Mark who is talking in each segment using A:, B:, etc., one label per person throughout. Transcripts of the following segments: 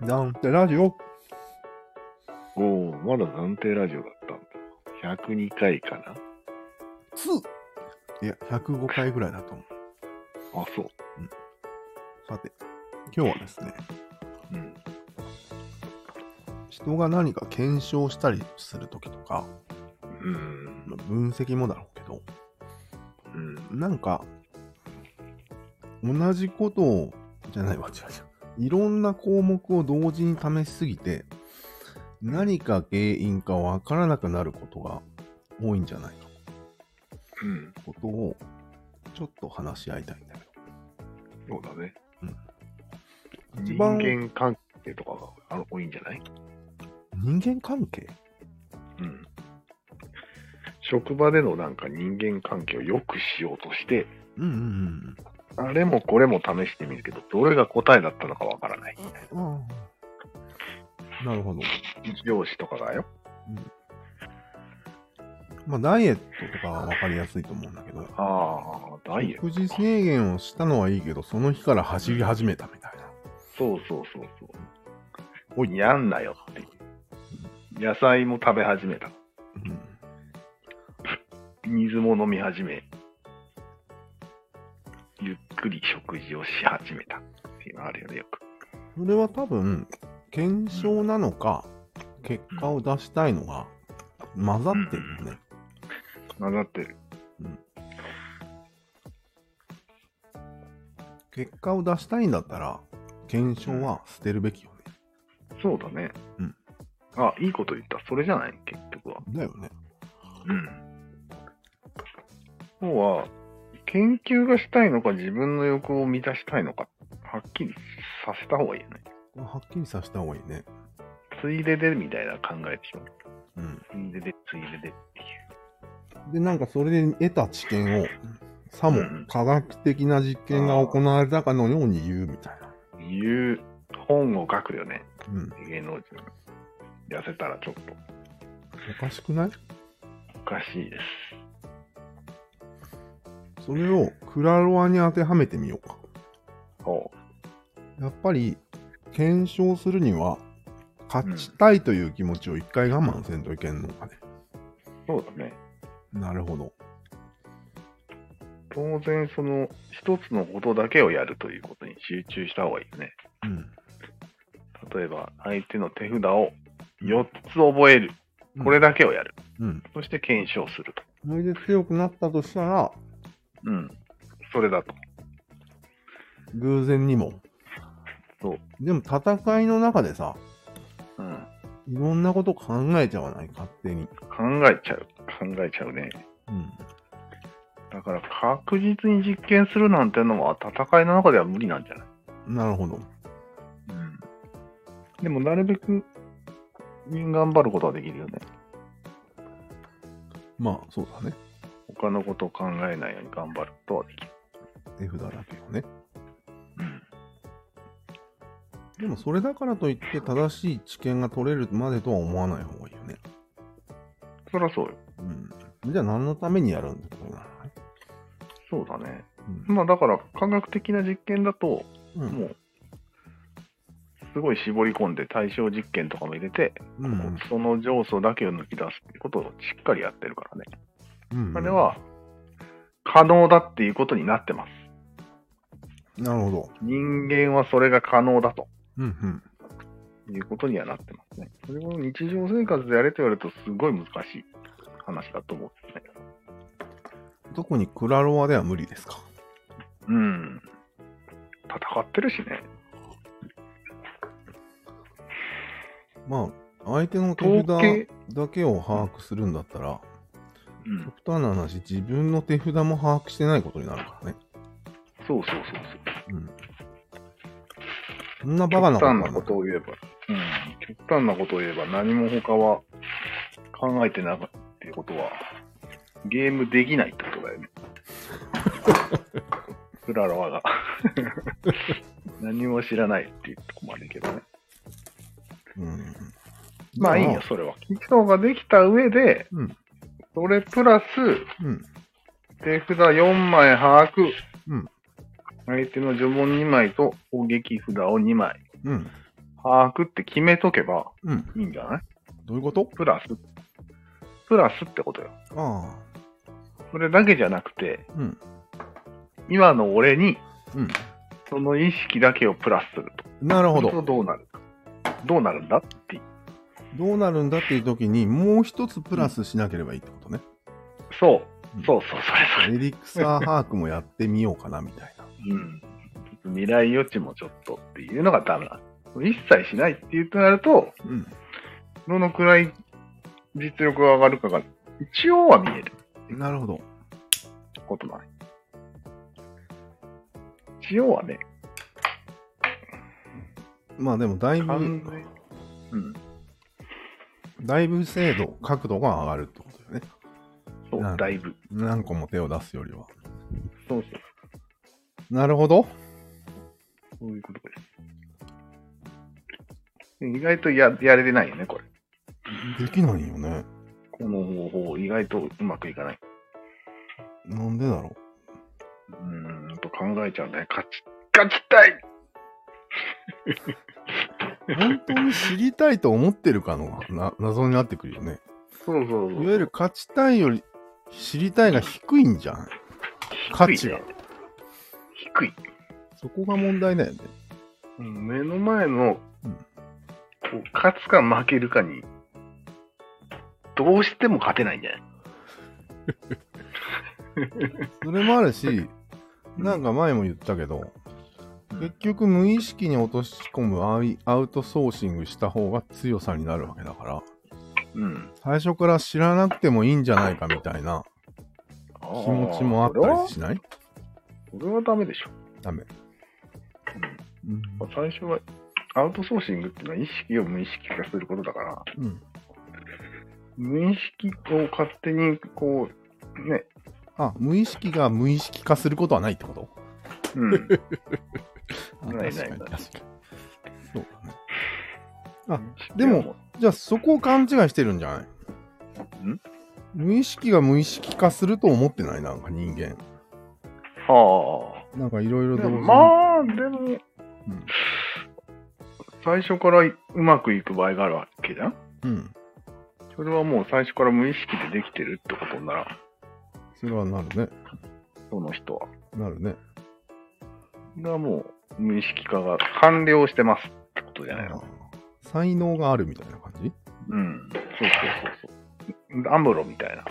A: なんてラジオ
B: おお、まだ暫定ラジオだったんだ。102回かな
A: 2! いや、105回ぐらいだと思う。
B: あ、そう。
A: さて、今日はですね、
B: うん。
A: 人が何か検証したりするときとか、
B: うん。
A: まあ分析もだろうけど、
B: うん。
A: なんか、同じことを、じゃないわ、違う違う。いろんな項目を同時に試しすぎて、何か原因かわからなくなることが多いんじゃないか
B: うん。
A: ことを、ちょっと話し合いたいんだけ
B: そうだね。
A: ど。
B: 人
A: 一番
B: 間関係とかがあの多いんじゃない
A: 人間関係
B: うん。職場でのなんか人間関係を良くしようとして、
A: うんうんうん
B: あれもこれも試してみるけど、どれが答えだったのかわからない。
A: うん。ああ。なるほど。
B: 上司とかがよ。
A: まあ、ダイエットとかは分かりやすいと思うんだけど、
B: ああ、ダイエット
A: 食。事制限をしたのはいいけど、その日から走り始めたみたいな。
B: そうそうそうそう。
A: おい、
B: やんなよっていう。野菜も食べ始めた。
A: うん、
B: 水も飲み始め、ゆっくり食事をし始めたっていうのあるよね、よく。
A: それは多分、検証なのか、結果を出したいのが混ざってるよね。
B: 混ざってる。
A: 結果を出したいんだったら、検証は捨てるべきよね。
B: そうだね。
A: うん。
B: あ、いいこと言った。それじゃない結局は。
A: だよね。
B: うん。要は、研究がしたいのか、自分の欲を満たしたいのか、はっきりさせた方がいいよね。
A: はっきりさせた方がいいね。
B: ついででみたいな考えでしょ。
A: うん。
B: ついでで、ついででっていう。
A: で、なんかそれで得た知見を、さも
B: うん
A: 科学的な実験が行われたかのように言うみたいな。
B: いう本を書くよね、
A: うん。
B: 芸能人。痩せたらちょっと
A: おかしくない
B: おかしいです。
A: それをクラロワに当てはめてみようか。
B: ほ
A: やっぱり、検証するには、勝ちたいという気持ちを一回我慢せんといけんのかね。
B: う。そうだね。
A: なるほど。
B: 当然、その、一つのことだけをやるということに集中した方がいいよね。
A: うん。
B: 例えば、相手の手札を4つ覚える。これだけをやる。
A: うん。
B: そして検証すると。
A: それで強くなったとしたら、
B: うん。それだと。
A: 偶然にも。
B: そう。
A: でも戦いの中でさ、
B: うん。
A: いろんなこと考えちゃわない、勝手に。
B: 考えちゃう。考えちゃうね。
A: うん。
B: だから、確実に実験するなんてのは、戦いの中では無理なんじゃない
A: なるほど。
B: うんでも、なるべく、頑張ることはできるよね。
A: まあ、そうだね。
B: 他のことを考えないように頑張ることはできる。
A: 手札だけをね。
B: うん。
A: でもそれだからといって正しい知見が取れるまでとは思わない方がいいよね。
B: そりゃそうよ。
A: うん。じゃあ何のためにやるんだろうな。
B: そうだね。
A: うん。
B: まあ、だから、科学的な実験だと、
A: うん
B: もう、すごい絞り込んで対象実験とかも入れて、
A: うん
B: その要素だけを抜き出すっていうことをしっかりやってるからね。
A: うん。
B: あれは、可能だっていうことになってます。
A: なるほど。
B: 人間はそれが可能だと。
A: うんうん。
B: いうことにはなってますね。それを日常生活でやれと言われるとすごい難しい話だと思うんですね。
A: 特にクラロワでは無理ですか。
B: うん。戦ってるしね。
A: まあ、相手の手
B: 統計
A: 札。だけを把握するんだったら、
B: うん。
A: 極端な話、自分の手札も把握してないことになるからね。
B: そうそうそう
A: うん。そんな
B: そう。
A: バカなこ
B: 極
A: とはな
B: 端ないことを言えば、うん。極端なことを言えば何も他は考えてなかったっていうことは、ゲームできないってこと だよね。クララワが。何も知らないっていうとこまでいけどね。
A: うん。
B: まあいいよ、それは。基礎ができた上で、
A: うん
B: それプラス、
A: うん。
B: 手札4枚把握。
A: うん
B: 相手の序文2枚と攻撃札を2枚
A: うん。
B: 把握って決めとけば
A: うん。
B: いいんじゃない
A: どういうこと
B: プラス。プラスってことよ。
A: あ
B: それだけじゃなくて、
A: あ。うん。
B: 今の俺に
A: うん。
B: その意識だけをプラスすると。
A: なるほ
B: そうす
A: ど。
B: るとどうなるか。どうなるんだっていう。
A: どうなるんだっていう時に、もう一つプラスしなければいいってことね。
B: そう。そうそう、それそれ。
A: エリクサーハークもやってみようかな、みたいな。
B: うん。ちょっと未来予知もちょっとっていうのがダメだ。一切しないって言うとなると、
A: うん。
B: どのくらい実力が上がるかが、一応は見える
A: なるほど。
B: ことない。一応はね、
A: まあでも、だい
B: 完
A: ぶ、
B: 全。うん。
A: だいぶ精度、角度が上がるってことよね。
B: そ
A: なるほど
B: う、だいぶ。
A: 何個も手を出すよりは。
B: そうそう。
A: なるほど。
B: そういうことです。意外とややれてないよね、これ。
A: できないよね。
B: この方法、意外とうまくいかない。
A: なんでだろ。
B: うーんと考えちゃうね。勝ち、勝ちたいう
A: 本当に知りたいと思ってるかのがな謎になってくるよね。
B: そうそう
A: い
B: そう。
A: わゆる勝ちたいより知りたいが低いんじゃん。価値が
B: 低いね。低い。
A: そこが問題だよね。
B: うん目の前の、
A: うん
B: こう勝つか負けるかに、どうしても勝てないんじゃない
A: それもあるし、なんか前も言ったけど、
B: うん
A: 結局無意識に落とし込むアイアウトソーシングした方が強さになるわけだから、
B: うん。
A: 最初から知らなくてもいいんじゃないかみたいな
B: 気
A: 気持ちもあったりしない
B: これはこれはダメでしょ。
A: ダメ。うん
B: 最初は、アウトソーシングっていうのは意識を無意識化することだから、
A: うん。
B: 無意識を勝手に、こう、ね、
A: あ、無意識が無意識化することはないってこと
B: うん。
A: あ
B: ない
A: 確かに
B: な
A: 確
B: い
A: かに。そうだね。でも、じゃあそこを勘違いしてるんじゃない
B: ん
A: 無意識が無意識化すると思ってないなんか人間。
B: はあ。
A: なんかいろいろ
B: で
A: 同時
B: も
A: に
B: まあ、でも、
A: ん
B: 最初からうまくいく場合があるわけじゃん
A: うん。
B: それはもう最初から無意識でできてるってことなら、
A: それはなるね。
B: その人は。
A: なるね。
B: それはもう無意識化が完了してますってことじゃない
A: あ
B: の
A: ー才能があるみたいな感じ
B: うん。そうそうそうそう。アムロみたいな。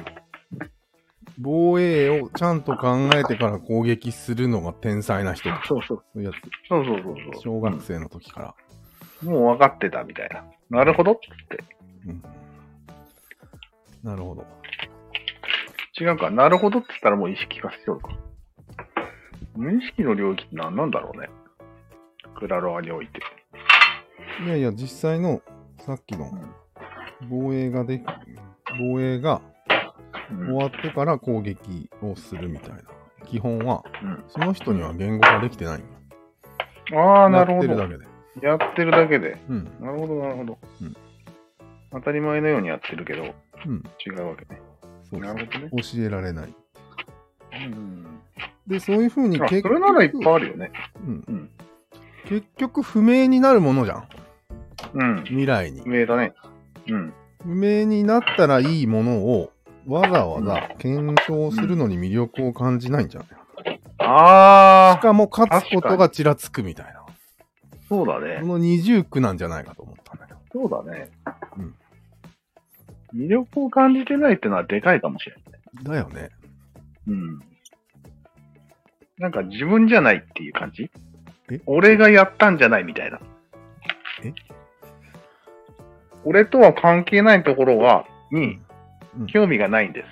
A: 防衛をちゃんと考えてから攻撃するのが天才な人とか。
B: そうそう。
A: そういうや
B: そうそうそう
A: つ。
B: そう。
A: 小学生の時から。
B: もう分かってたみたいな。なるほどっつって。
A: うん。なるほど。
B: 違うか。なるほどっつったらもう意識化しとるか。無意識の領域って何なんだろうね。クラロアにおいて。
A: いやいや、実際のさっきの防衛がで、防衛が
B: うん
A: 終わってから攻撃をするみたいな。基本は
B: うん、
A: その人には言語化できてない。
B: ああ、なる
A: やっ
B: ほ
A: てる
B: ど
A: だ。けで。
B: やってるだけで。
A: うん。
B: なるほど、なるほど。
A: うん
B: 当たり前のようにやってるけど、
A: うん。
B: 違うわけね。
A: そう
B: なるほどね。
A: そう。教えられない。
B: うん。
A: で、そういうふうに
B: あ、それならいっぱいあるよね。
A: うん
B: うん
A: 結局、不明になるものじゃん。
B: うん。
A: 未来に
B: 不。明だね。うん。
A: 不明になったらいいものを、わざわざ検証するのに魅力を感じないんじゃないし
B: ああ、
A: かも、勝つことがちらつくみたいな。
B: そうだ
A: こ
B: ね。
A: の二重苦なんじゃないかと思ったんだけど。
B: そうだね。
A: うん
B: 魅力を感じてないってのはでかいかもしれな
A: だ
B: い。
A: よね。
B: うん。なんか自分じゃないっていう感じ
A: え
B: 俺がやったんじゃないみたいな。
A: え
B: 俺とは関係ないところは、
A: う
B: に
A: ん、うん
B: 興味がないんです。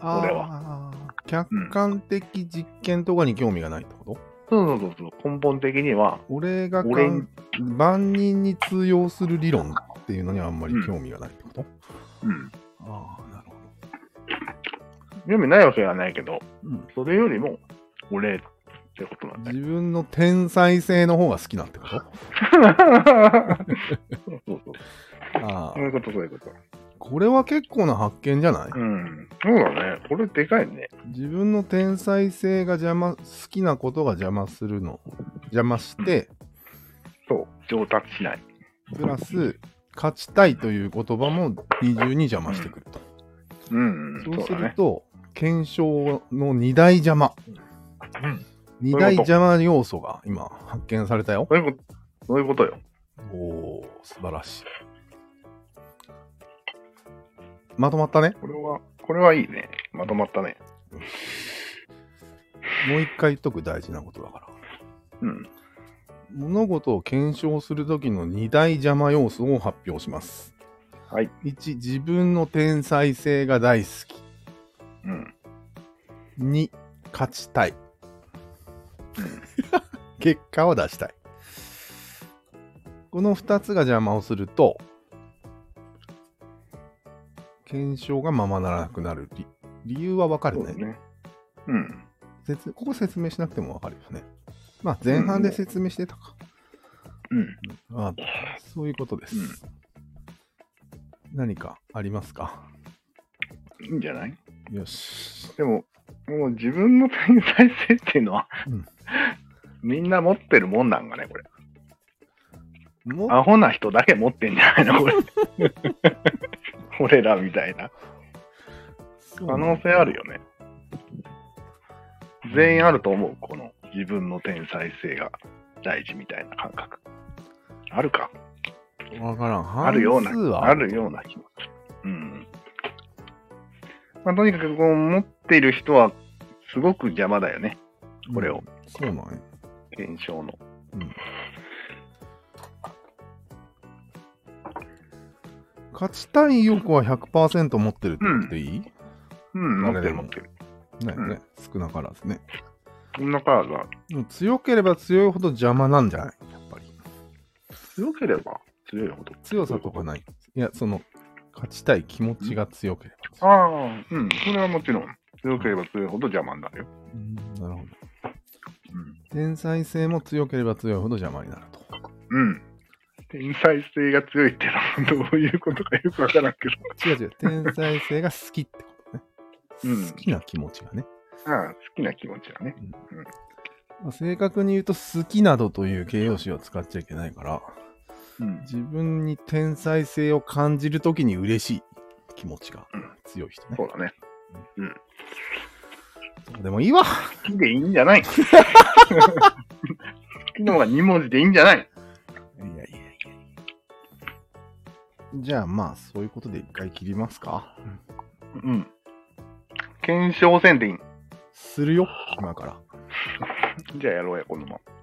A: あ
B: 俺
A: は。客観的実験とかに興味がないってこと、
B: そうそうそうそう。根本的には、
A: 俺がかん
B: 俺に
A: 万人に通用する理論っていうのにあんまり興味がないってこと、
B: うん。
A: ああ、なるほ
B: 興味ないわけはないけど、
A: ど、うん。
B: それよりも、俺ってことなんだよ。
A: 自分の天才性の方が好きなんてこと
B: そうそうそう。
A: ああ
B: そういうこと、そういうこと。
A: これは結構な発見じゃない、
B: うん。そうだね。これでかいね。
A: 自分の天才性が邪魔、好きなことが邪魔するの。邪魔して、
B: そう。上達しない。
A: プラス、勝ちたいという言葉も二重に邪魔してくると。
B: うん、うん、
A: そうす
B: だ
A: る
B: ね。
A: と、検証の二大邪魔、
B: うん。
A: 二大邪魔要素が今発見されたよ。
B: そういうこと、そういうことよ。
A: おお素晴らしい。まとまったね。
B: これは、これはいいね。まとまったね。
A: もう一回解く大事なことだから。
B: うん。
A: 物事を検証するときの二大邪魔要素を発表します。
B: はい。
A: 1、自分の天才性が大好き。
B: うん。
A: 2、勝ちたい。 結果を出したい。この2つが邪魔をすると、検証がままならなくなる理理由はわかる
B: そうだ
A: ね
B: ね。うん。
A: 説ここ説明しなくてもわかるよね。まあ前半で説明してたか。
B: うん。
A: あそういうことです。
B: うん
A: 何かありますか
B: いいんじゃない
A: よし。
B: でも、もう自分の天才性っていうのは、
A: うん
B: みんな持ってるもんなんかね、これ。
A: も
B: アホな人だけ持ってんじゃないの、こ れ。俺らみたいな。可能性ある
A: よ。
B: よね。全員あると思う、この自分の天才性が大事みたいな感覚。あるか。
A: わからん。
B: あるよう
A: 半数
B: な、
A: は
B: あるような気持ち。うん。まあ、とにかくこう、持っている人は、すごく邪魔だよね。これ
A: う
B: を
A: ん。そうなんや。
B: 検証の。
A: 勝ちたい意欲は100%持ってるって言っていい、
B: うん、持っ
A: 誰
B: て
A: で
B: る
A: も
B: 持ってる。
A: ないよね。少なからずね。
B: こんなカードが
A: でも強ければ強いほど邪魔なんじゃないやっぱり。
B: 強ければ強いほど。
A: 強さとかない。いや、その、勝ちたい気持ちが強ければ強い。
B: ああ、うん、それはもちろん。強ければ強いほど邪魔になるよ。
A: うんなるほど。天才性も強ければ強いほど邪魔になると。
B: うん。うん。天才性が強いってのはどういうことかよくわからんけど。
A: 違う違う。天才性が好きってことね。
B: うん
A: 好きな気持ちがね。
B: ああ、好きな気持ちだね。
A: まあ正確に言うと、好きなどという形容詞を使っちゃいけないから、
B: うん。
A: 自分に天才性を感じるときに嬉しい気持ちが強い人ね。
B: そうだね。
A: でもいいわ
B: 好きでいいんじゃない好きのが2文字でいいんじゃない
A: いやいやいやじゃあまあ、そういうことで一回切りますか。
B: うん。検証せんでいい。
A: するよ、今から。
B: じゃあやろうや、このまま。